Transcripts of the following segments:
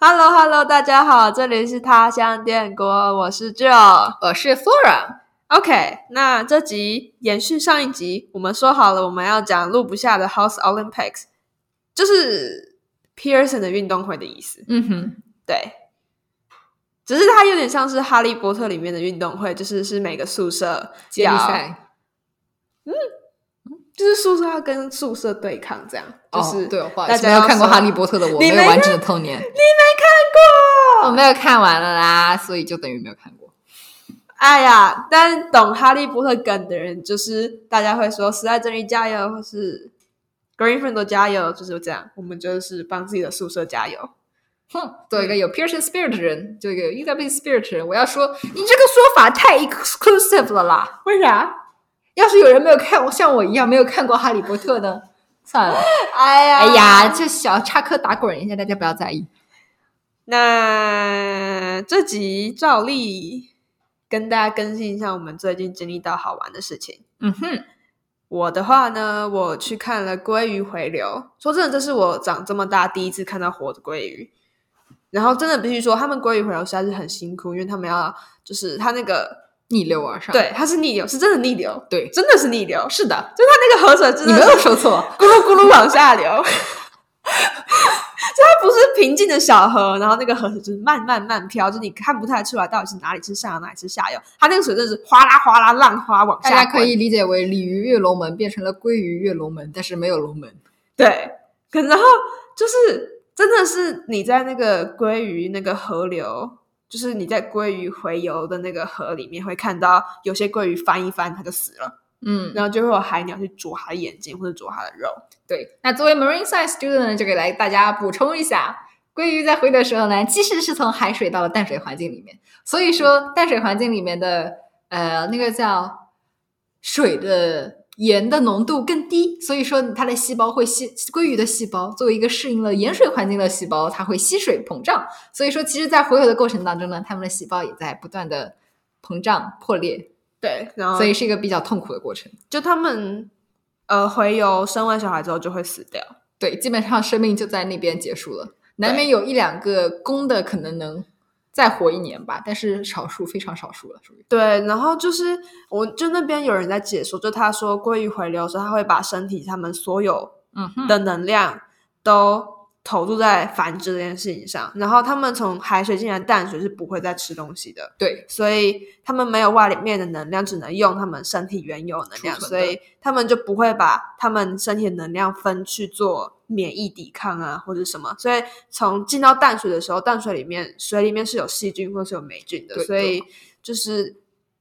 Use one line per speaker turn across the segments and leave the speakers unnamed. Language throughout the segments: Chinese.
Hello Hello，大家好，这里是他乡电锅，我是 Joe。
我是 Flora。
OK，那这集延续上一集，我们说好了我们要讲录不下的 House Olympics，就是 Pearson 的运动会的意思。
嗯哼，
对，只是它有点像是《哈利波特》里面的运动会，就是是每个宿舍
接力
要，
赛
就是宿舍要跟宿舍对抗，这样就是、
哦、对，我不好意
大
思
家
没有看过《
说
哈利波特》的我，
你
没
没
有完整的童年，
你没看过？
我没有看完了啦，所以就等于没有看过。
哎呀，但懂哈利波特梗的人，就是大家会说“时代正义加油”或是 “Greenfield 加油”，就是这样。我们就是帮自己的宿舍加油。
哼，做一
嗯
个有 Pearson spirit 的人，做一个有 UW spirit 的人，我要说你这个说法太 exclusive 了啦！
为啥？
要是有人没有看，像我一样没有看过《哈利波特》呢，算 了。
哎呀，
哎呀，，就小插科打诨一下，大家不要在意。
那这集照例跟大家更新一下我们最近经历到好玩的事情。
嗯哼，
我的话呢，我去看了《鲑鱼回流》。说真的，这是我长这么大第一次看到活的鲑鱼。然后真的必须说，他们鲑鱼回流实在是很辛苦，因为他们要就是它那个
逆流而上。
对，它是逆流，是真的逆流，
对，
真的是逆流，
是的，
就是它那个河水真
你
的
没
是
有说错。
咕噜咕噜往下流。 就它不是平静的小河，然后那个河水就是慢慢慢飘，就你看不太出来到底是哪里是上游，哪里是下游。它那个水真的是哗啦哗啦浪花往
大
下滚。
家可以理解为鲤鱼跃龙门变成了鲑鱼跃龙门，但是没有龙门。
对，可然后就是真的是你在那个鲑鱼那个河流，就是你在鲑鱼回游的那个河里面，会看到有些鲑鱼翻一翻它就死了，
嗯，
然后就会有海鸟去啄它的眼睛或者啄它的肉。
对。那作为 marine science student 呢，就给来大家补充一下，鲑鱼在回的时候呢，其实是从海水到了淡水环境里面，所以说淡水环境里面的呃那个叫水的盐的浓度更低，所以说它的细胞会吸鲑鱼的细胞作为一个适应了盐水环境的细胞，它会吸水膨胀，所以说其实在回游的过程当中呢，它们的细胞也在不断的膨胀破裂，
对，然后
所以是一个比较痛苦的过程。
就他们呃回游生完小孩之后就会死掉。
对，基本上生命就在那边结束了，难免有一两个公的可能能再活一年吧，但是少数，非常少数了，属于。
对，然后就是我就那边有人在解说，就他说鲑鱼回流的时候，他会把身体他们所有
嗯哼，
的能量都投入在繁殖这件事情上，然后他们从海水进来的淡水是不会再吃东西的，
对，
所以他们没有外面的能量，只能用他们身体原有的能量，
储存
所
的
以他们就不会把他们身体的能量分去做免疫抵抗啊或者什么，所以从进到淡水的时候，淡水里面水里面是有细菌或是有霉菌的，
对
所以
对
就是。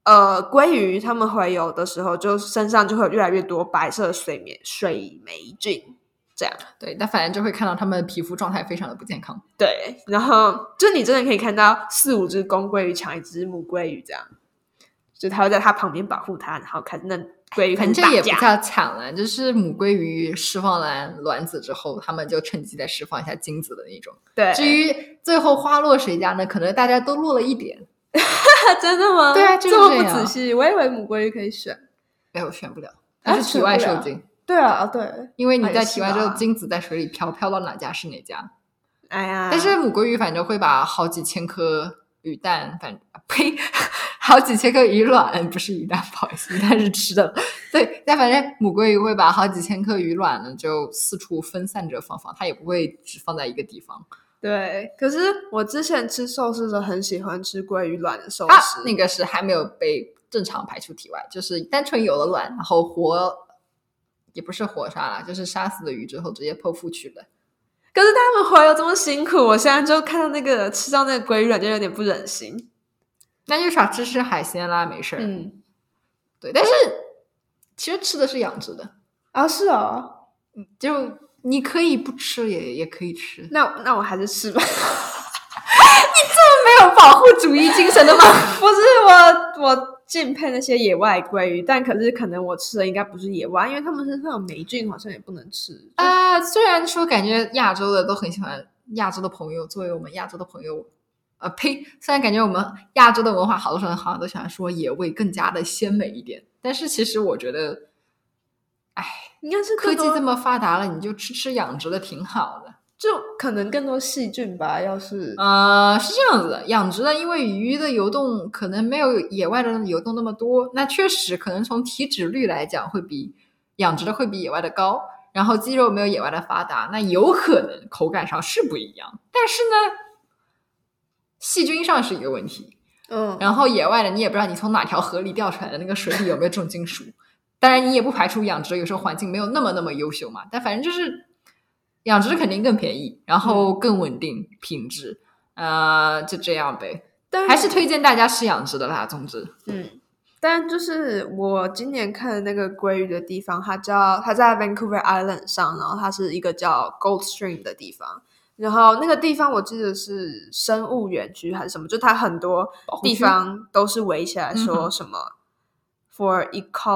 呃，鲑鱼它们回游的时候，就身上就会有越来越多白色的水霉水霉菌，这样。
对，但反正就会看到他们的皮肤状态非常的不健康。
对，然后就你真的可以看到四五只公鲑鱼抢一只母鲑鱼这样，就它会在它旁边保护它，然后看那鲑鱼开
反
始
正
打
也不
架。
叫惨了，就是母鲑鱼释放完卵子之后，它们就趁机再释放一下精子的那种。
对，
至于最后花落谁家呢？可能大家都落了一点，
真的吗？
对啊就是
这么
这
不
样
仔细，我以为母鲑鱼可以选。
哎，我选不了，
啊
它是体外
选不
受
了
精，
对啊，哦对，
因为你
啊也
在
是
体外之后
吧，
精子在水里飘，飘到哪家是哪家。
哎呀，
但是母鲑鱼反正会把好几千颗鱼蛋，反 呸，好几千颗鱼卵，不是鱼蛋，不好意思，鱼蛋是吃的。对，但反正母鲑鱼会把好几千颗鱼卵呢，就四处分散着放放，它也不会只放在一个地方。
对，可是我之前吃寿司的时候很喜欢吃鲑鱼卵的寿司，
它那个是还没有被正常排出体外，就是单纯有了卵，然后活也不是活杀啦，就是杀死的鱼之后直接剖腹取的。
可是他们回游这么辛苦，我现在就看到那个吃到那个鲑鱼卵就有点不忍心。
那就少吃吃海鲜啦，没事儿。
嗯，
对，但是其实吃的是养殖的。
啊是哦，
就你可以不吃也也可以吃，
那那我还是吃吧。
没有保护主义精神的 吗？
不是我，我敬佩那些野外鲑鱼，但可是可能我吃的应该不是野外，因为他们身上有霉菌，好像也不能吃。啊、
啊、虽然说感觉亚洲的都很喜欢亚洲的朋友，作为我们亚洲的朋友，啊、呸！虽然感觉我们亚洲的文化好多时候好像都喜欢说野味更加的鲜美一点，但是其实我觉得
应该是
科技这
么
么发达了，你就吃吃养殖的挺好的。
就可能更多细菌吧。要是
呃，是这样子的，养殖的，因为鱼的游动可能没有野外的游动那么多，那确实可能从体脂率来讲会比养殖的会比野外的高，然后肌肉没有野外的发达，那有可能口感上是不一样，但是呢，细菌上是一个问题，
嗯，
然后野外的你也不知道你从哪条河里掉出来的那个水里有没有重金属，当然你也不排除养殖有时候环境没有那么那么优秀嘛，但反正就是养殖肯定更便宜，然后更稳定品质，呃，就这样呗，
但
还是推荐大家吃养殖的啦。总之，
嗯，但就是我今年看的那个鲑鱼的地方，它叫它在 Vancouver Island 上，然后它是一个叫 Gold Stream 的地方。然后那个地方我记得是生物园区还是什么，就它很多
保护区
地方都是围起来
嗯
说
哼
什么、for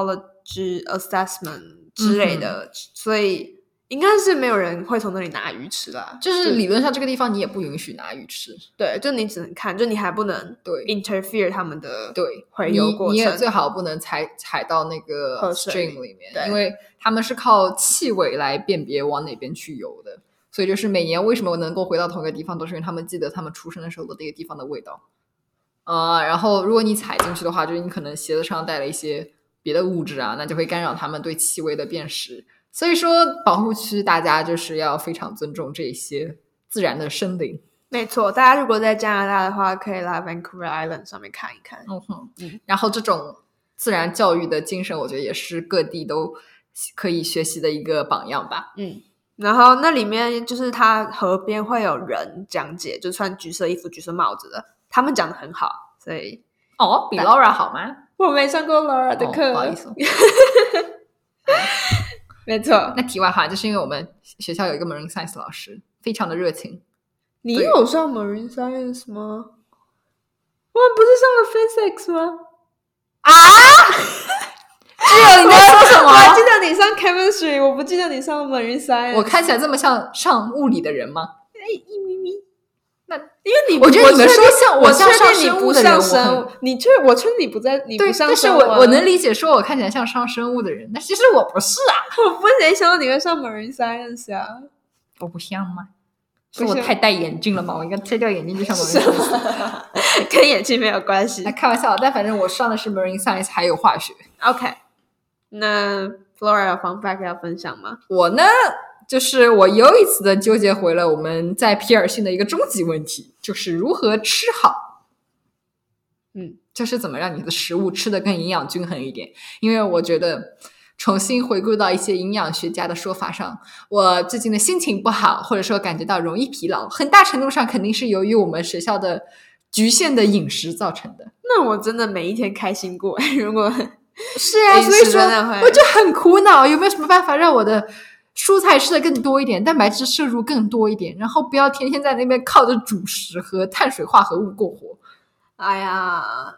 ecology
嗯
assessment 之类的，所以应该是没有人会从那里拿鱼吃啦。
就是理论上这个地方你也不允许拿鱼吃，
对，就你只能看，就你还不能
对
interfere 他们的
对，
回
你
游过程。
你也最好不能踩踩到那个
河水里
stream 里面，
对
因为他们是靠气味来辨别往哪边去游的。所以就是每年为什么能够回到同一个地方，都是因为他们记得他们出生的时候的那个地方的味道。呃，然后如果你踩进去的话，就是你可能鞋子上带了一些别的物质啊，那就会干扰他们对气味的辨识。所以说，保护区大家就是要非常尊重这些自然的生灵。
没错，大家如果在加拿大的话，可以来 Vancouver Island 上面看一看。
嗯哼
嗯，
然后这种自然教育的精神，我觉得也是各地都可以学习的一个榜样吧。
嗯，然后那里面就是它河边会有人讲解，就穿橘色衣服、橘色帽子的，他们讲的很好，所以
哦，比
对
Laura 好吗？
我没上过 Laura 的课，
哦，不好意 思。
没错，
那题外话，就是因为我们学校有一个 marine science 老师，非常的热 情。
你
对
有上 Marine Science 吗？我们不是上了 Physics 吗？
这个你在说什
我还记？得你上 Chemistry，我不记得你上 Marine Science。
我看起来这么像上物理的人吗？
一咪咪，
那
因为你
我觉得你们
确
说
定
像
我
像
确
上
定你
生物
不
的人，
上
我很
生物，你确我确定你不在，你不
对，
上
但是
生
我
物啊
我能理解，说我看起来像上生物的人，但其实我不是啊，
我不没想到你会上 marine science 啊！
我不像吗？
不
是我
像
太戴眼镜了吗？我应该摘掉眼镜 去上 marine
是
science。
跟眼睛没有关系
那。开玩笑，但反正我上的是 marine science，还有化学。
OK，那 Flora 有 fun fact 要分享吗？
我呢，就是我又一次的纠结回了我们在皮尔逊的一个终极问题，就是如何吃好。
嗯，
就是怎么让你的食物吃的更营养均衡一点。因为我觉得重新回归到一些营养学家的说法上，我最近的心情不好，或者说感觉到容易疲劳，很大程度上肯定是由于我们学校的局限的饮食造成的。
那我真的每一天开心过。 如果
是啊，
饮
所以
食
说
哎真的会
我就很苦恼，有没有什么办法让我的蔬菜吃的更多一点，蛋白质摄入更多一点，然后不要天天在那边靠着主食和碳水化合物过活。
哎呀，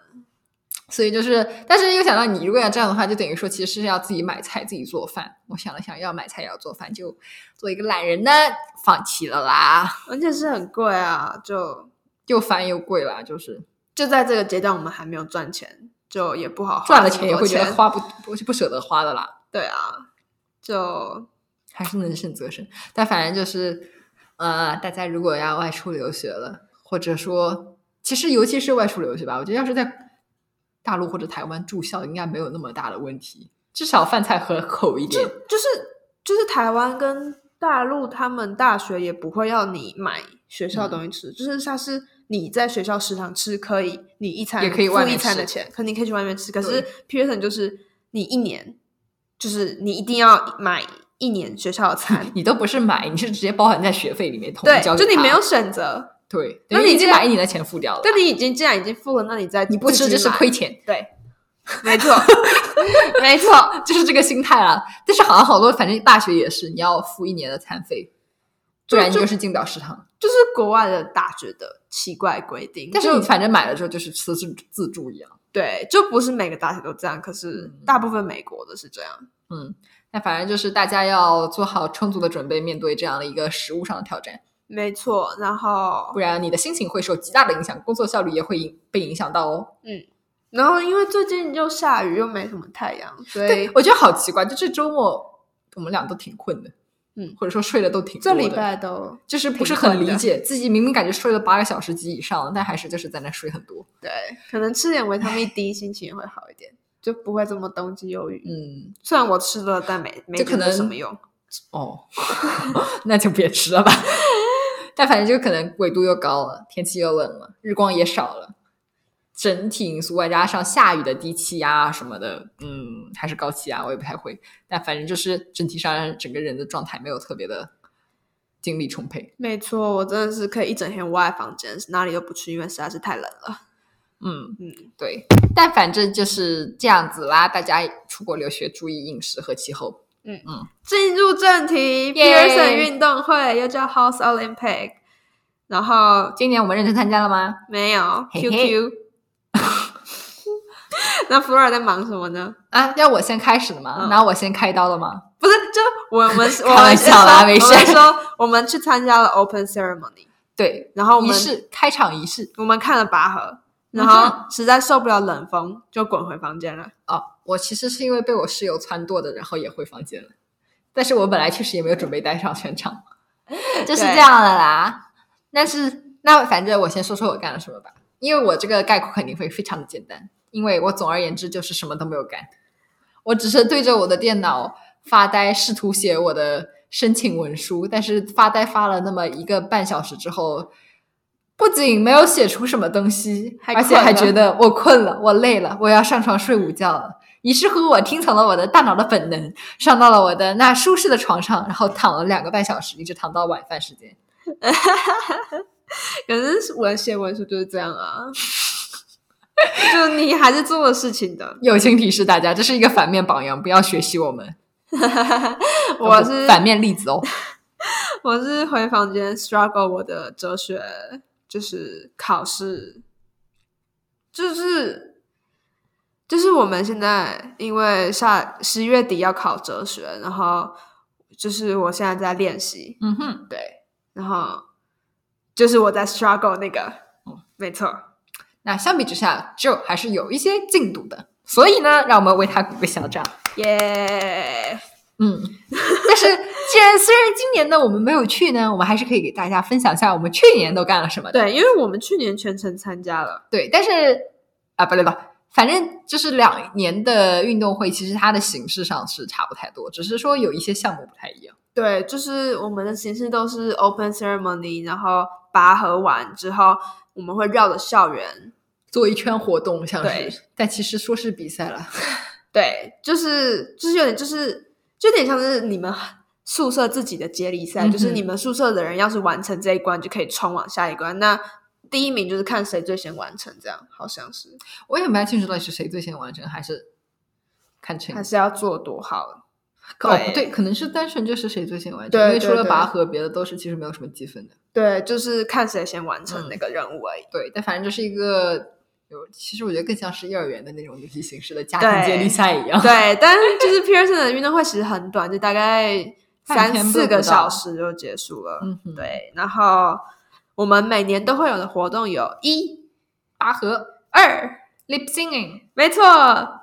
所以就是，但是又想到你如果要这样的话，就等于说其实是要自己买菜、自己做饭。我想了想，要买菜也要做饭，就做一个懒人呢，放弃了啦，
而且是很贵啊，就
又烦又贵啦，就是
就在这个阶段，我们还没有赚钱，就也不好花
赚了
这么
钱也
多
会觉得
钱
花不不不舍得花的啦。
对啊，就
还是能省则省。但反正就是，呃，大家如果要外出留学了，或者说，其实尤其是外出留学吧，我觉得要是在大陆或者台湾住校，应该没有那么大的问题，至少饭菜合口一点。
就是就是台湾跟大陆他们大学也不会要你买学校东西吃，
嗯
就是像是你在学校食堂吃可以，你一餐
也可以外
付一
面
餐
吃
的钱，可你可以去外面吃。可
对
是 Pearson 就是你一年，就是你一定要买一年学校的 餐，
你都不是买，你是直接包含在学费里面，统
对
一交，给
就你
他
没有选择，
对，
那
等于
你
已经
这样
把一年的钱付掉了，
但你已经既然已经付了，那你再
你不
自
吃
己
就是
买
亏，钱，
对，没错， 没错，
就是这个心态啦。但是好像好多，反正大学也是，你要付一年的餐费，不
就
然你
就
就是进不了食堂。
就是国外的大学的奇怪规定，
但是
就
你反正买了之后就是吃自自助一样。
对，就不是每个大学都这样，可是
嗯
大部分美国的是这样。
嗯，那反正就是大家要做好充足的准备，面对这样的一个食物上的挑战，
没错，然后
不然你的心情会受极大的影响，工作效率也会影被影响到哦。
然后因为最近又下雨，又没什么太阳，所以
对，我觉得好奇怪，就这周末我们俩都挺困的，
嗯，
或者说睡的都挺多
这
的
礼拜都
就是不
挺
是很
困
理
的
解自己明明感觉睡了八个小时及以上，但还是就是在那睡很多。
对，可能吃点维他命 D 心情会好一点，就不会这么冬季忧郁。
嗯，
虽然我吃了，但没没
就可
觉得
能
什么用。
哦， 那就别吃了吧。但反正就可能纬度又高了，天气又冷了，日光也少了，整体因素外加上下雨的低气压什么的，嗯，还是高气压，我也不太会。但反正就是整体上整个人的状态没有特别的精力充沛。
没错，我真的是可以一整天窝在房间，哪里都不去，因为实在是太冷了。
嗯
嗯，
对。但反正就是这样子啦，大家出国留学注意饮食和气候。
进入正题
耶
，Pearson 运动会又叫 House Olympic，然后
今年我们认真参加了吗？
没有
嘿嘿
QQ。那 福尔在忙什么呢？
啊，要我先开始的吗？
嗯
那我先开刀了吗？
不是，就我 们我
开
们
玩
是
笑啦
说
没事
我们说我们去参加了 Open Ceremony，
对，
然后我
仪
们
式开场仪式
我们看了拔河，然
嗯
后实在受不了冷风，就滚回房间了。
哦，我其实是因为被我室友撺掇的，然后也回房间了。但是我本来确实也没有准备带上全场， 就是
对
这样的啦。但是那反正我先说说我干了什么吧，因为我这个概括肯定会非常的简单，因为我总而言之就是什么都没有干，我只是对着我的电脑发呆，试图写我的申请文书，但是发呆发了那么一个半小时之后。不仅没有写出什么东西，
还
而且
困
还
了
觉得我困了，我累了，我要上床睡午觉了。于是乎，我听从了我的大脑的本能，上到了我的那舒适的床上，然后躺了两个半小时，一直躺到晚饭时间。
可是文写文书就是这样 啊，就你还是做了事情的。
友情提示大家，这是一个反面榜样，不要学习我们。
我
不
是
反面例子哦。
我是回房间 struggle 我的哲学，就是考试，就是就是我们现在因为下十月底要考哲学，然后就是我现在在练习，
嗯哼，
对，然后就是我在 struggle 那个，没错，
那相比之下，Joe 还是有一些进度的，所以呢，让我们为他鼓个小掌。
耶、
嗯，但是既然虽然今年呢我们没有去呢，我们还是可以给大家分享一下我们去年都干了什么的。
对，因为我们去年全程参加了，
对，但是啊，不对不，反正就是两年的运动会，其实它的形式上是差不太多，只是说有一些项目不太一样。
对，就是我们的形式都是 open ceremony，然后拔河完之后，我们会绕着校园，
做一圈活动，像
对
是，但其实说是比赛了，
对，就是就是有点就是就有点像是你们宿舍自己的接力赛，就是你
嗯哼
们宿舍的人要是完成这一关，就可以冲往下一关。那第一名就是看谁最先完成，这样好像是
我也不太清楚到底是谁最先完成，还是看成
还是要做多好。
可哦不
对
对，可能是单纯就是谁最先完成，
对
因为
对
除了
对
拔河，别的都是其实没有什么积分的。
对，就是看谁先完成
嗯
那个任务而已。
对，但反正就是一个有，其实我觉得更像是幼儿园的那种集体形式的家庭接力赛一样。
对，但就是 Pearson 的运动会其实很短，就大概
半
三
天
四
都不
个
到
小时就结束了。
嗯哼，，
对，然后我们每年都会有的活动有一
拔河
二，
lip singing，
没错，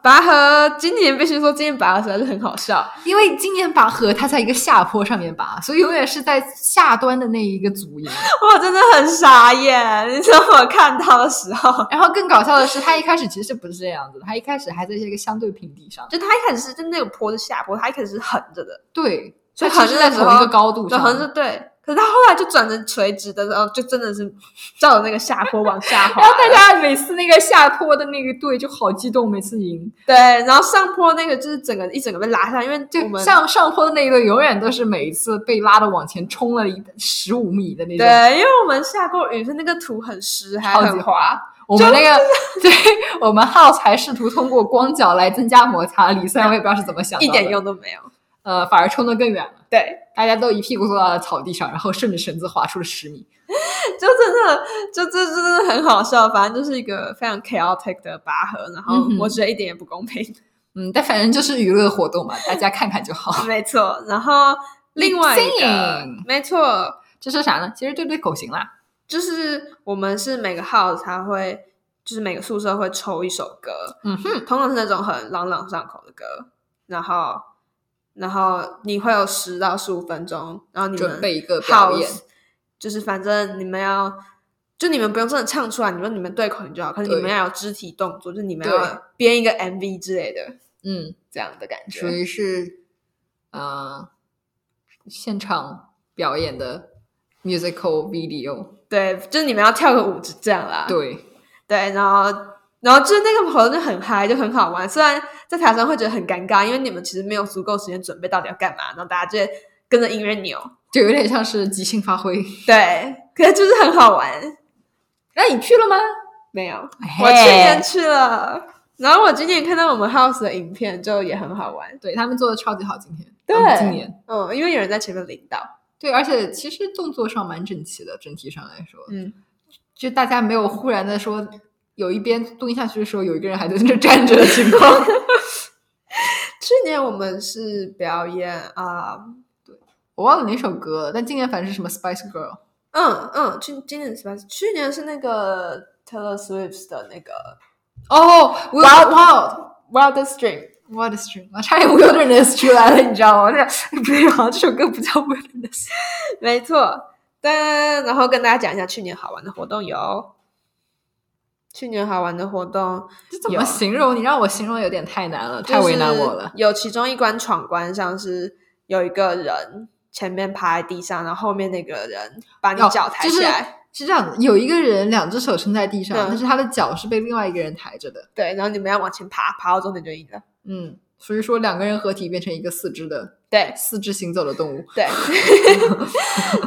拔河。今年必须说，今年拔河实在是很好笑。
因为今年拔河它在一个下坡上面拔，所以永远是在下端的那一个组赢。
我真的很傻眼，你知道我看到的时候，
然后更搞笑的是，他一开始其实不是这样子的，他一开始还在一个相对平地上，
就他一开始是就那个坡是下坡，他一开始是横着的，
对，
所以
它
横
其
着
实在
的时
同
候
一个高度
就
上，
横着对。可是他后来就转成垂直的，然后就真的是照着那个下坡往下滑
然。后大家每次那个下坡的那个队就好激动，每次赢，
对，然后上坡那个就是整个一整个被拉下，因为我
就
们
上上坡的那一队永远都是每一次被拉的往前冲了一十五米的那种。
对，因为我们下过雨，是那个土很湿，还
超级
很滑。
我们那个， 对我们 house 还试图通过光脚来增加摩擦力，虽然我也不知道是怎么想到
一
的
点，用都没有。
呃，反而冲得更远了。
对，
大家都一屁股坐到了草地上，然后顺着绳子滑出了十米。
就真的，就这这真的很好笑。反正就是一个非常 chaotic 的拔河，然后
嗯哼
我觉得一点也不公平。
嗯，但反正就是娱乐活动嘛，大家看看就好。
没错，然后另外一个
Lip-sync，
没错，
这是啥呢？其实对对狗行啦。
就是我们是每个 house 它会，就是每个宿舍会抽一首歌，
嗯哼，
通常是那种很朗朗上口的歌，然后然后你会有十到十五分钟，然后你们
准备一个表演
嗯 house，就是反正你们要，就你们不用真的唱出来，你们你们对口音就好，可是
对
你们要有肢体动作，就是你们
对
要编一个 MV 之类的
嗯，
这样的感
属
觉。
于是呃现场表演的 musical video，
对，就是你们要跳个舞就这样啦。
对，
对，然后然后就是那个活动就很嗨，就很好玩。虽然在台上会觉得很尴尬，因为你们其实没有足够时间准备到底要干嘛，然后大家就会跟着音乐扭。
就有点像是即兴 发挥。
对，可是就是很好玩。
那你去了吗？
没有，
嘿
我去年去了，然后我今年看到我们 House 的影片，就也很好玩。
对他们做的超级好，今天
对
他们今年
嗯，因为有人在前面领导。
对，而且其实动作上蛮整齐的，整体上来说，
嗯，
就大家没有忽然的说有一边蹲下去的时候，有一个人还在那站着的情况。
去年我们是表演啊、
我忘了哪首歌了，但今年反正是什么 Spice Girl，
嗯嗯，去今年是吧？去年是那个 Taylor Swift 的那个
哦、w
Wild Wildest Dream。
What is true？我差点 Wilderness 出来了，你知道吗？我在想，不对，好像这首歌不叫 Wilderness。
没错，但然后跟大家讲一下去年好玩的活动有，去年好玩的活动
这怎
有
么形容？你让我形容有点太难了，
就是
太为难我了。
有其中一关闯关，像是有一个人前面趴在地上，然后后面那个人把你
哦
脚抬
就
起
是
来，
是这样的，有一个人两只手撑在地上，
嗯
但是他的脚是被另外一个人抬着的。
对，然后你们要往前爬，爬到终点就赢了。
嗯，所以说两个人合体变成一个四肢的
对
四肢行走的动物。
对，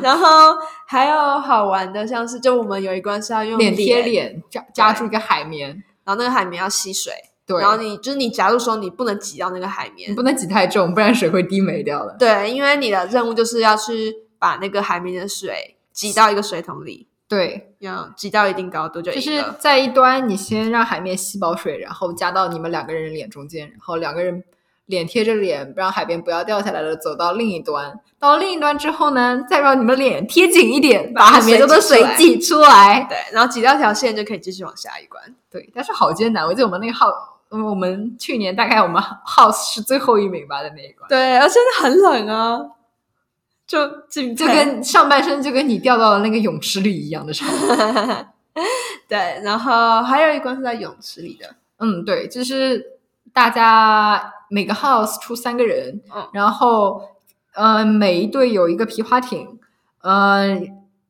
然后还有好玩的，像是就我们有一关是要用
脸贴
脸，
脸，夹夹住一个海绵。
然后那个海绵要吸水，
对，
然后你就是你夹住说你不能挤到那个海绵
你，不能挤太重，不然水会滴没掉的。
对，因为你的任务就是要去把那个海绵的水挤到一个水桶里，
对，
要挤到一定高度就
就
赢
是
了。
在一端，你先让海绵吸饱水，然后加到你们两个人脸中间，然后两个人脸贴着脸，让海绵不要掉下来了，走到另一端。到另一端之后呢，再让你们脸贴紧一点，把
把
海绵中的
水
水
挤
挤出来。
对，然后挤到一条线就可以继续往下一关。
对，但是好艰难。我记得我们那个号，嗯我们去年大概我们 house 是最后一名吧的那一关，
对，而且很冷啊，就进
就跟上半身就跟你掉到了那个泳池里一样的场景。
对，然后还有一关是在泳池里的，
嗯，对，就是大家每个 house 出三个人，
嗯
然后呃，每一队有一个皮划艇，呃，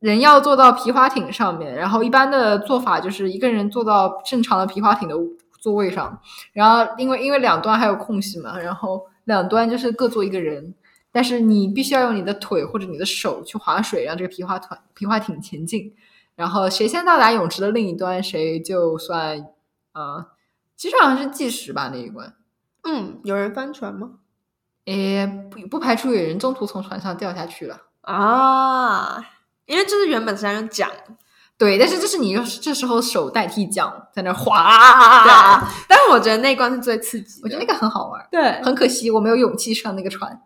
人要坐到皮划艇上面，然后一般的做法就是一个人坐到正常的皮划艇的座位上，然后因为因为两端还有空隙嘛，然后两端就是各坐一个人。但是你必须要用你的腿或者你的手去划水，让这个皮划团皮划艇前进。然后谁先到达泳池的另一端，谁就算呃，其实好像是计时吧那一关。
嗯，有人翻船吗？
诶，不不排除有人中途从船上掉下去了。
啊，因为就是原本是要用桨，
对，但是就是你又是这时候手代替桨在那儿划，
啊但是我觉得那一关是最刺激的。
我觉得那个很好玩。
对，
很可惜我没有勇气上那个船。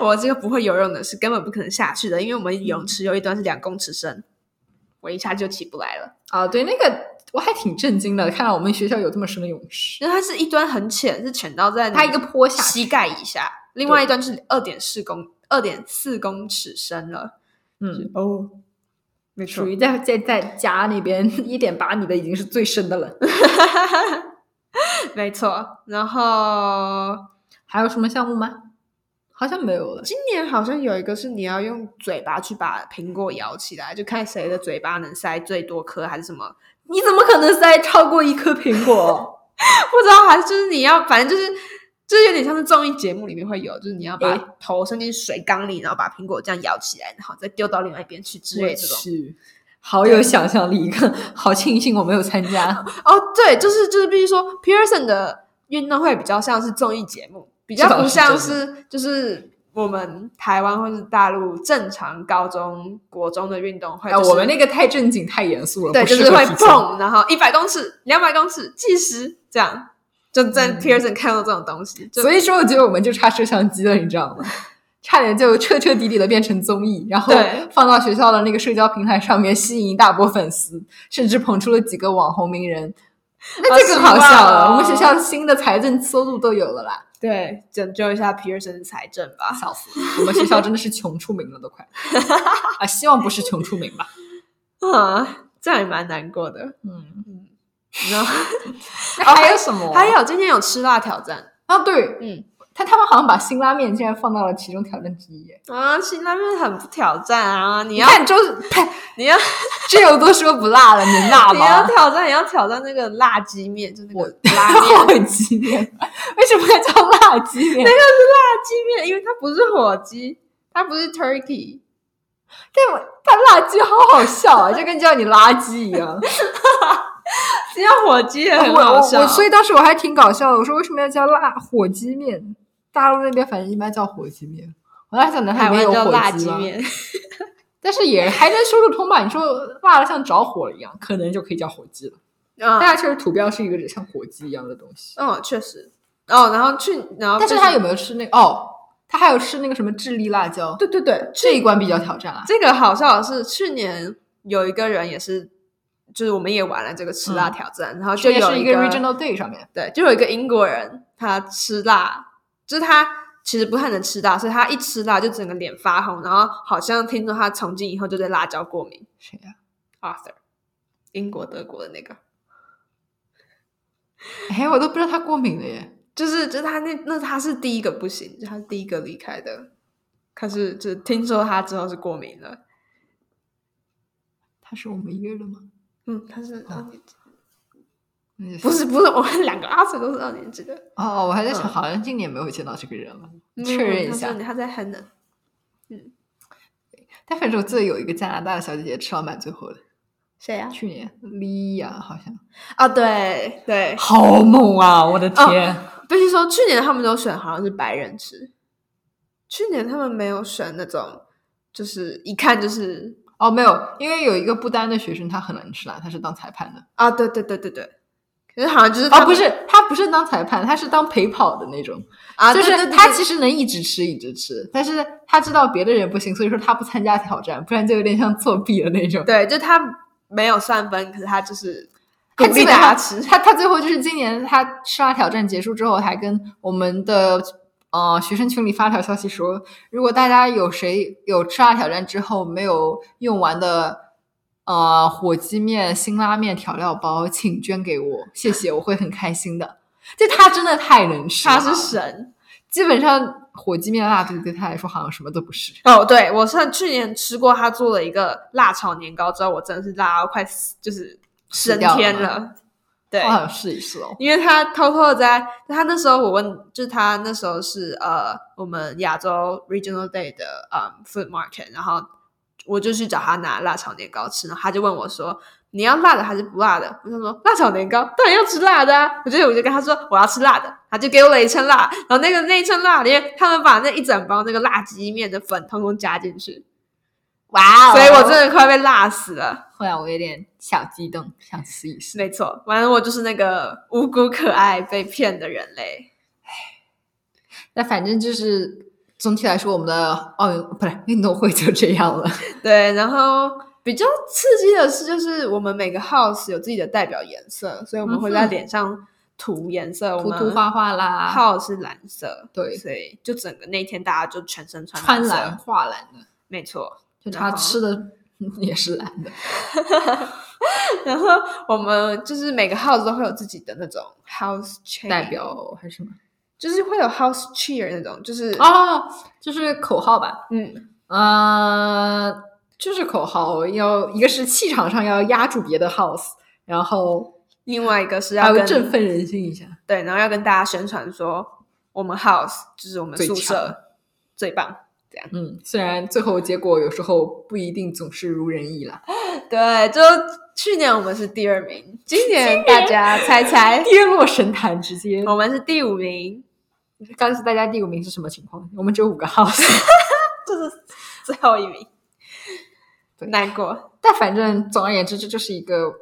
我这个不会游泳的是根本不可能下去的，因为我们泳池有一段是两公尺深，我一下就起不来了。
啊，对，那个我还挺震惊的，看到我们学校有这么深的泳池，
因为它是一端很浅，是浅到在你
它一个坡下去，
膝盖以下，另外一端是二点四公二点四公尺深了。
嗯，
哦，没
属于在在在家那边一点八米的已经是最深的了。
没错。然后
还有什么项目吗？好像没有了。
今年好像有一个是你要用嘴巴去把苹果咬起来，就看谁的嘴巴能塞最多颗，还是什么
你怎么可能塞超过一颗苹果？
不知道，还是就是你要，反正就是就是有点像是综艺节目里面会有，就是你要把
诶
头伸进水缸里，然后把苹果这样舀起来，然后再丢到另外一边去之类这种。
是，好有想象力，好庆幸我没有参加，
哦，对，就是就是必须说，Pearson 的运动会比较像是综艺节目，比
这
较
倒
不
是
像
真
是就是。我们台湾或是大陆正常高中国中的运动会，
哎、
就是
我们那个太正经、太严肃了，
对
不
就
适
是
合
会
体操。
碰，然后一百公尺、两百公尺计时这样，就在
嗯
Pearson 看到这种东西，就
所以说，我觉得我们就差摄像机了，你知道吗？差点就彻彻底底的变成综艺，然后
对
放到学校的那个社交平台上面，吸引一大波粉丝，甚至捧出了几个网红名人，那就更好笑
好希望
了。
哦
我们学校新的财政收入都有了啦，
对，拯救一下皮尔森的财政吧。
笑死了！我们学校真的是穷出名了，都快啊！希望不是穷出名吧。
啊，这样也蛮难过的。
嗯，
然后
那还有什么？
哦还有今天有吃辣挑战
啊，对，
嗯，
他他们好像把辛拉面竟然放到了其中挑战之一耶。
啊，辛拉面很不挑战啊！你
你
要
看，就是呸，
你要
这有多说不辣了，你辣
你要
吗？
挑战，你要挑战那个辣鸡面，就那
我
个拉面。
好激烈，为什么要叫辣鸡面？
辣鸡面，因为它不是火鸡，它不是 turkey。
但我但辣鸡好好笑啊，就跟叫你垃圾一样。
只要火鸡也
我
很
我
好
我，
笑。
所以当时我还挺搞笑的。我说为什么要叫辣火鸡面？大陆那边反正一般叫火鸡面，我当时想，南海
台
没
湾
有
叫
火
辣
鸡
鸡
吗？
面，
但是也还能说得通吧？你说辣的像着火了一样，可能就可以叫火鸡了。但
嗯
它确实图标是一个像火鸡一样的东西。
嗯，确实。哦，然后去，然后
但是
就
他有没有吃那个？哦，他还有吃那个什么智利辣椒，
对对对，
这一关比较挑战啊。
这个好笑的是，去年有一个人也是，就是我们也玩了这个吃辣
嗯
挑战，然后就
这也
有
是
一
一个 regional day 上面，
对，就有一个英国人，他吃辣，就是他其实不太能吃辣，所以他一吃辣就整个脸发红，然后好像听说他从今以后就对辣椒过敏。
谁呀、
Arthur，英国德国的那个，
哎，我都不知道他过敏了耶。
就是就是他那那他是第一个不行，就他是第一个离开的，可是就是听说他之后是过敏了。
他是我们约的吗？
嗯，他是二
哦
年级，
那就
不是不是，我们两个 Arthur 都是二年级的。
哦哦，我还在想，
嗯
好像今年没有见到这个人了，
没有
确认一
他
下
说。他在很冷。
但反正我记得有一个加拿大的小姐姐吃到蛮最后的，
谁呀、
去年莉亚好像，
啊？对对，
好猛啊！我的天，
必须说去年他们都选好像是白人吃，去年他们没有选那种，就是一看就是
哦没有，因为有一个不丹的学生，他很能吃辣，他是当裁判的。
啊，对对对对对，可是好像就是他
哦，
们
不是，他不是当裁判，他是当陪跑的那种，
啊，
就
对对
是
对
他
对
其实能一直吃一直吃，但是他知道别的人不行，所以说他不参加挑战，不然就有点像作弊的那种。
对，就他没有算分，可是他就是鼓
他基
励
本上
大家吃，
他他最后就是今年他吃辣挑战结束之后，还跟我们的呃学生群里发条消息说，如果大家有谁有吃辣挑战之后没有用完的呃火鸡面、辛拉面调料包，请捐给我，谢谢，我会很开心的。就他真的太能吃了，啊
他是神
基本上火鸡面辣度对他来说好像什么都不是。
哦。对我上去年吃过他做了一个辣炒年糕之后，我真的是辣到快死，就是
死
升
掉了
天
吗
了。对，
我好想试一试哦。
因为他偷偷的在，他那时候我问，就是他那时候是呃我们亚洲 Regional Day 的呃 Food Market，然后我就去找他拿辣炒年糕吃，然后他就问我说你要辣的还是不辣的？我就说辣炒年糕当然要吃辣的、啊，我就我就跟他说我要吃辣的，他就给我了一称辣，然后那个那一称辣里面他们把那一整包那个辣鸡面的粉通通加进去，
哇哦
所以我真的快被辣死了。
后来我有点小激动，想试一试。
没错，反正我就是那个无辜可爱被骗的人类。
那反正就是总体来说，我们的奥运不是运动会就这样了。
对，然后比较刺激的是，就是我们每个 house 有自己的代表颜色，所以我们会在
嗯哼
脸上涂颜色，
涂涂画画啦
house 是蓝色，
对
所以就整个那天大家就全身穿
穿
色
蓝，画蓝的，
没错。
就他吃的也是蓝的。
然后我们就是每个 house 都会有自己的那种 house cheer，
代表还是什么？
就是会有 house cheer 那种，就是、
哦，就是口号吧。
嗯，
呃，就是口号，要一个是气场上要压住别的 house，然后
另外一个是
还
要
要
跟
振奋人心一下。
对，然后要跟大家宣传说我们 house 就是我们
最
宿
强
舍最棒。
嗯，虽然最后结果有时候不一定总是如人意啦。
对，就去年我们是第二名，今年大家猜猜，
跌落神坛，直接
我们是第五名，
告诉大家第五名是什么情况？我们只有五个 house。
就是最后一名，
对
难过。
但反正总而言之，这就是一个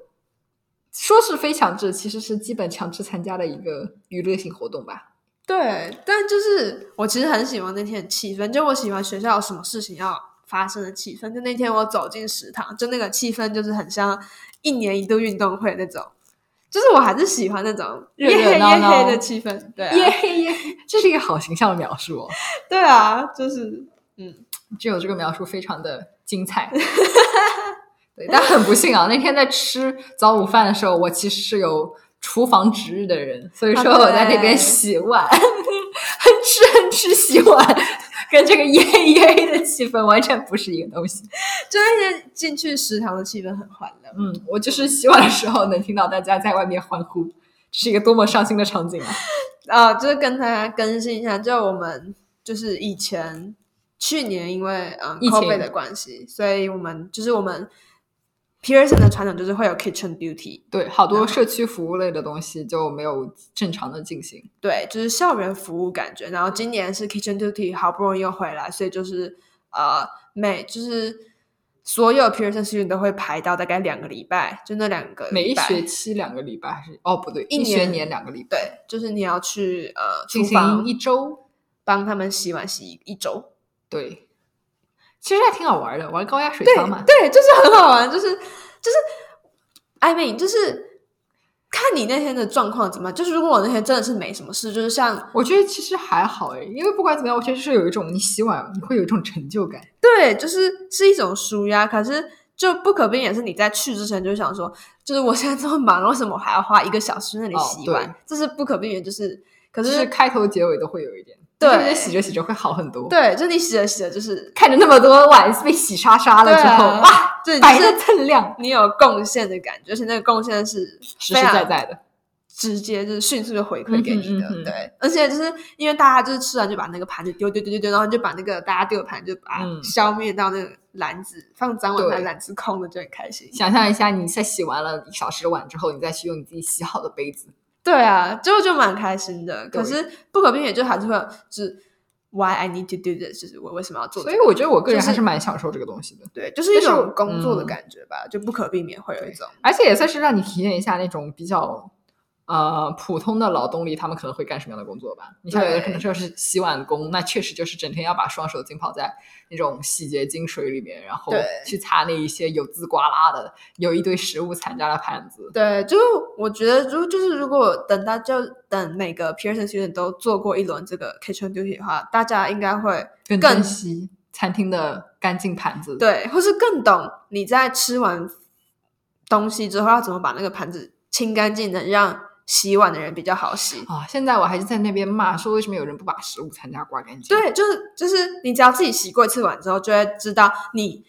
说是非强制，其实是基本强制参加的一个娱乐性活动吧。
对，但就是我其实很喜欢那天的气氛，就我喜欢学校有什么事情要发生的气氛。就那天我走进食堂，就那个气氛就是很像一年一度运动会那种，就是我还是喜欢那种
热
夜黑
热闹
夜
闹
黑的气氛，对、
耶
啊，
嘿耶，这是一个好形象的描述哦。
对啊，就是
只有这个描述非常的精彩。 对，但很不幸啊，那天在吃早午饭的时候，我其实是有厨房值日的人，所以说
啊对
我在那边洗碗， 哼哧哼哧洗碗， 跟这个耶耶的气氛完全不是一个东西。
就是那些进去食堂的气氛很欢乐。
嗯，我就是洗碗的时候能听到大家在外面欢呼，这是一个多么伤心的场景啊！
啊，就是跟大家更新一下，就我们就是以前去年因为嗯
疫情
COVID 的关系，所以我们就是我们 Pearson 的传统就是会有 kitchen duty，
对，好多社区服务类的东西就没有正常的进行。
对，就是校园服务感觉。然后今年是 kitchen duty，好不容易又回来，所以就是呃每就是所有 Pearson student 都会排到大概两个礼拜，就那两个
每
礼
一
拜
学期两个礼拜还是哦不对，
一
一学
年
年两个礼拜。
对，就是你要去呃厨
进行
房
一周。
帮他们洗碗洗一一周。
对，其实还挺好玩的，玩高压水
对
枪嘛。
对， 就是很好玩，就是就是，I mean，就是看你那天的状况怎么样。就是如果我那天真的是没什么事，就是像
我觉得其实还好诶，因为不管怎么样，我觉得是有一种你洗碗你会有一种成就感。
对，就是是一种舒压，可是。就不可避免是你在去之前就想说，就是我现在这么忙，为什么我还要花一个小时去那里
哦
洗碗？
对
这是不可避免，就是可
就是是开头结尾都会有一点，
对
我觉得洗着洗着会好很多。，
对，就你洗着洗着就是
看着那么多碗被洗刷刷了之后，
对啊
哇，
对，
白
就是
的锃亮，
你有贡献的感觉，而且那个贡献是
实
非
实
常
在在的。
直接就是迅速就回馈给你的，
嗯哼嗯哼
对。而且就是因为大家就是吃完就把那个盘子丢丢丢丢丢，然后就把那个大家丢的盘就把它
嗯
消灭到那个篮子，放脏碗
对
盘篮子空的就很开心。
想象一下，你在洗完了一小时的碗之后，你再去用你自己洗好的杯子，
对啊，就就蛮开心的。
对
可是不可避免就还是会有就是 why I need to do this，就是我为什么要做这
所
个
以？我觉得我个人
就是
还是蛮享受这个东西的。
对，就是一
但是
种工作的
嗯
感觉吧，就不可避免会有一种。
而且也算是让你体验一下那种比较呃普通的劳动力，他们可能会干什么样的工作吧。你像有的可能就是洗碗工，那确实就是整天要把双手浸泡在那种洗洁精水里面，然后
对
去擦那一些有滋刮啦的、有一堆食物残渣的盘子。
对，就是我觉得，如就是如果等到就等每个 Pearson student 都做过一轮这个 kitchen duty 的话，大家应该会
更
更
珍惜餐厅的干净盘子。，
对，或是更懂你在吃完东西之后要怎么把那个盘子清干净，能让洗碗的人比较好洗。
啊，现在我还是在那边骂说，为什么有人不把食物残渣刮干净？
对，就是就是你只要自己洗过一次碗之后，就会知道你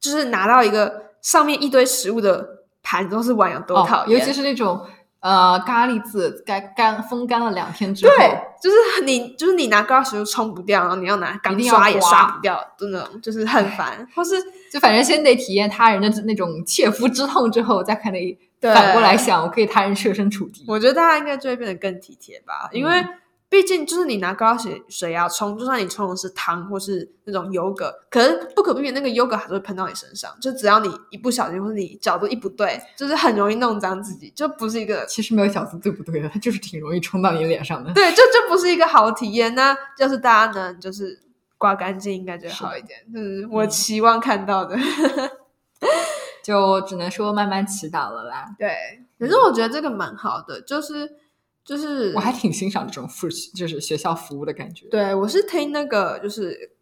就是拿到一个上面一堆食物的盘子或是碗有多讨厌。
哦尤其是那种呃咖喱渍干干风干了两天之后，
对，就是你就是你拿高压食物冲不掉，然后你要拿
一
钢
定要
刷也
刮
刷不掉，真的就是很烦。或是
就反正先得体验他人的那种切肤之痛之后，再可能
对
反过来想，我可以他人设身处地。
我觉得大家应该就会变得更体贴吧，因
嗯
为毕竟就是你拿高压水水压冲，就算你冲的是汤或是那种优格，可是不可避免那个优格还是会喷到你身上，就只要你一不小心或者你角度一不对，就是很容易弄脏自己，就不是一个
其实没有小子对不对的，他就是挺容易冲到你脸上的。
对，就就不是一个好体验。那要是大家能就是刮干净，应该就会好一点，就是
嗯
我期望看到的。
就只能说慢慢祈祷了啦。
对，可是我觉得这个蛮好的，就是就是
我还挺欣赏这种服，就是学校服务的感觉。，
对，我是听那个就是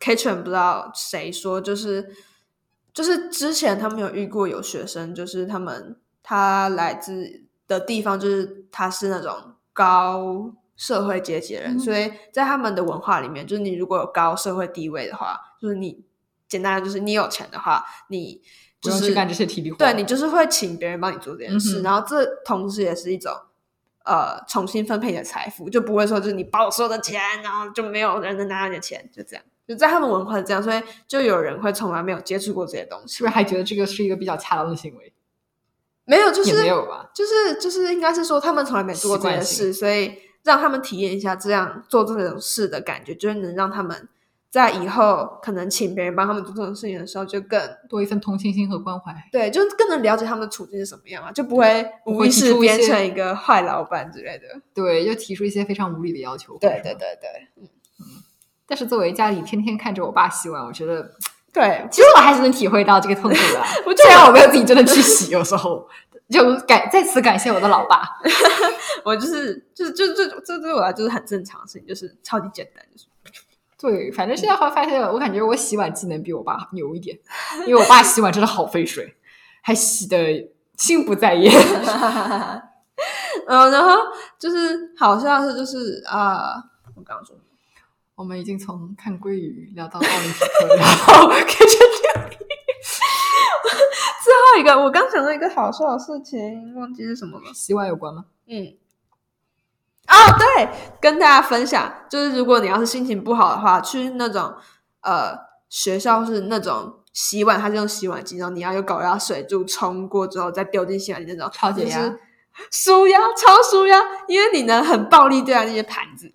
Kitchen 不知道谁说，就是就是之前他们有遇过有学生，就是他们他来自的地方，就是他是那种高社会阶级的人，
嗯
所以在他们的文化里面，就是你如果有高社会地位的话，就是你简单的就是你有钱的话，你
不
就
用
是
去干这些体力活。
对你就是会请别人帮你做这件事，
嗯哼
然后这同时也是一种呃重新分配你的财富，就不会说就是你把我所有的钱，然后就没有人能拿到你的钱，就这样。就在他们文化是这样，所以就有人会从来没有接触过这些东西
是不，是还觉得这个是一个比较恰当的行为？
没有，就是
也没有吧。
就是就是应该是说他们从来没做过这件
习惯
事，所以让他们体验一下这样做这种事的感觉，就是能让他们在以后可能请别人帮他们做这种事情的时候，就更
多一份同情心和关怀。
对，就是更能了解他们的处境是什么样啊，就不会
不
无
会
意
提
识
出一
变
些
成一个坏老板之类的。
对，就提出一些非常无理的要求。
对对。对对
但是作为家里天天看着我爸洗碗，我觉得
对，
其实我还是能体会到这个痛苦的
。我就
虽然我没有自己真的去洗，有时候， 就感再次感谢我的老爸。
我就是就是就这这对我来就是很正常的事情，就是超级简单，就是
对，反正现在会发现，我感觉我洗碗技能比我爸牛一点，因为我爸洗碗真的好费水，还洗的心不在焉。
嗯，然后就是好像是就是啊、我刚刚说什么
我们已经从看鲑鱼聊到奥林匹克，然后开始
最后一个，我刚想到一个好笑的事情，忘记是什么了。
洗碗有关吗？
嗯，哦，对，跟大家分享，就是如果你要是心情不好的话，去那种呃学校是那种洗碗，它是用洗碗机，然后你要用高压水柱冲过之后再丢进洗碗机那种，
超解
就
压
是 舒压，超舒压，因为你能很暴力对待那些盘子，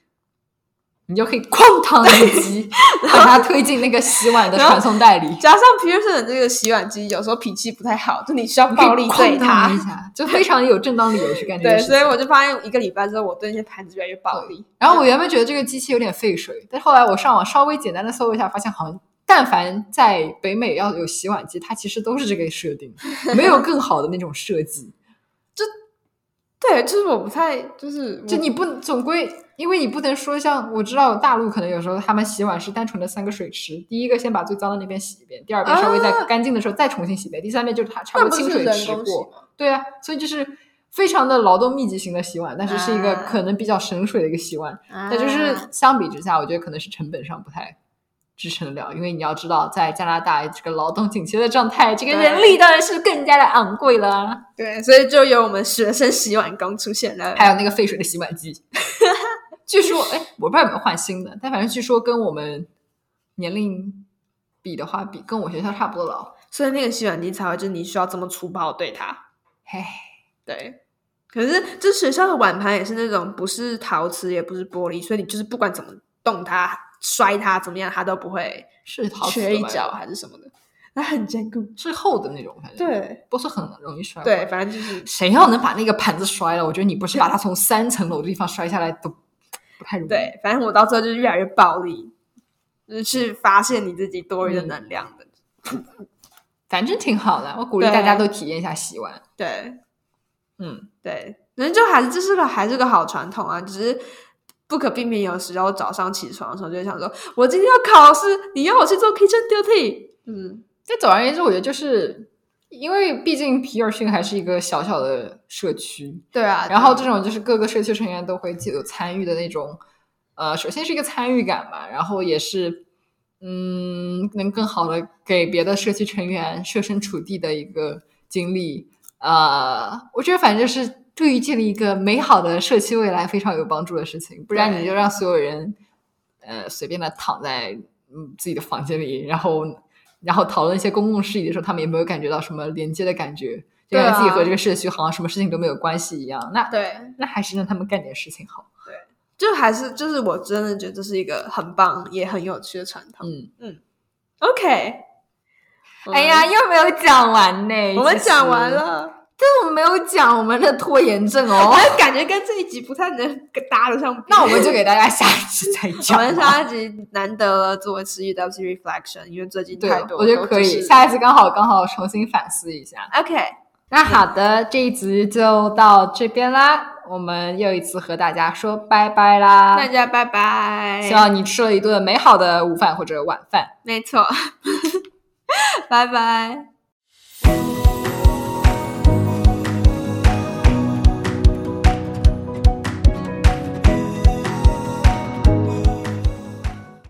你就可以哐当一 击，把它推进那个洗碗的传送带里，
加上 Pearson 的这个洗碗机有时候脾气不太好，就你需要
你可以
暴力对
哐当一
它。
下，就非常有正当理由去干这
对，
件事
所
情。
以我就发现一个礼拜之后，我对那些盘子越来越暴力。
然后我原本觉得这个机器有点费水，但是后来我上网稍微简单的搜了一下，发现好像但凡在北美要有洗碗机，它其实都是这个设定， 没有更好的那种设计。
对，就是我不太，就是
就
我
你不总归，因为你不能说像我知道大陆可能有时候他们洗碗是单纯的三个水池，第一个先把最脏的那边洗一遍，第二遍稍微在
啊
干净的时候再重新洗一遍，第三遍就是它差
那
不
不
多清
是
水
人
池
工洗
过。
吗？
对啊，所以就是非常的劳动密集型的洗碗，但是是一个
啊
可能比较省水的一个洗碗。
那
但就是相比之下，我觉得可能是成本上不太支撑得了，因为你要知道，在加拿大这个劳动紧缺的状态，这个
对
人力当然是更加的昂贵了啊。
对，所以就有我们学生洗碗工出现了。
还有那个废水的洗碗机， 据说，哎，我不知道有没有换新的，但反正据说跟我们年龄比的话，比跟我学校差不多老。
所以那个洗碗机才会，就是你需要这么粗暴对它。
唉，
对，可是这学校的碗盘也是那种不是陶瓷，也不是玻璃，所以你就是不管怎么动它、摔它、怎么样，它都不会
是陶瓷的
缺一
吧
角，还是什么的，它很坚固。
是厚的那种，反正
对
不是很容易摔。
对，，反正就是
谁要能把那个盘子摔了，我觉得你不是把它从三层楼的地方摔下来都不太容易。
对，反正我到最后就是越来越暴力，就是去发现你自己多余的
嗯
能量的。
反正挺好的，我鼓励
对
大家都体验一下洗碗。
对，
嗯，
对，人就还是这是个还是个好传统啊，只是不可避免，有时候早上起床的时候就会想说，我今天要考试，你要我去做 kitchen duty，嗯，
那总而言之，我觉得就是因为毕竟皮尔逊还是一个小小的社区，
对啊，
然后这种就是各个社区成员都会有参与的那种，呃，首先是一个参与感吧，然后也是，嗯，能更好的给别的社区成员设身处地的一个经历，呃，我觉得反正是对于建立一个美好的社区未来非常有帮助的事情，不然
对
你就让所有人，呃，随便的躺在嗯自己的房间里，然后然后讨论一些公共事宜的时候，他们也没有感觉到什么连接的感觉。就
对
感觉自己
啊
和这个社区好像什么事情都没有关系一样，那
对，
那还是让他们干点事情好。
就还是就是我真的觉得这是一个很棒也很有趣的传统。
嗯，
OK，
哎呀，，又没有讲完呢。
我们
其实
讲完， 了，
但我们没有讲我们的拖延症哦。
我感觉跟这一集不太能搭得上边。
那我们就给大家下一期再
我
讲吧。
们下一集难得了做一次 UWC reflection，因为最近
对
太，多
我
都只是，
觉得可以，下一次刚好刚好重新反思一下。
OK，
那好的，这一集就到这边啦，我们又一次和大家说拜拜啦
大。家拜拜，
希望你吃了一顿美好的 午饭或者晚饭。
没错，拜拜。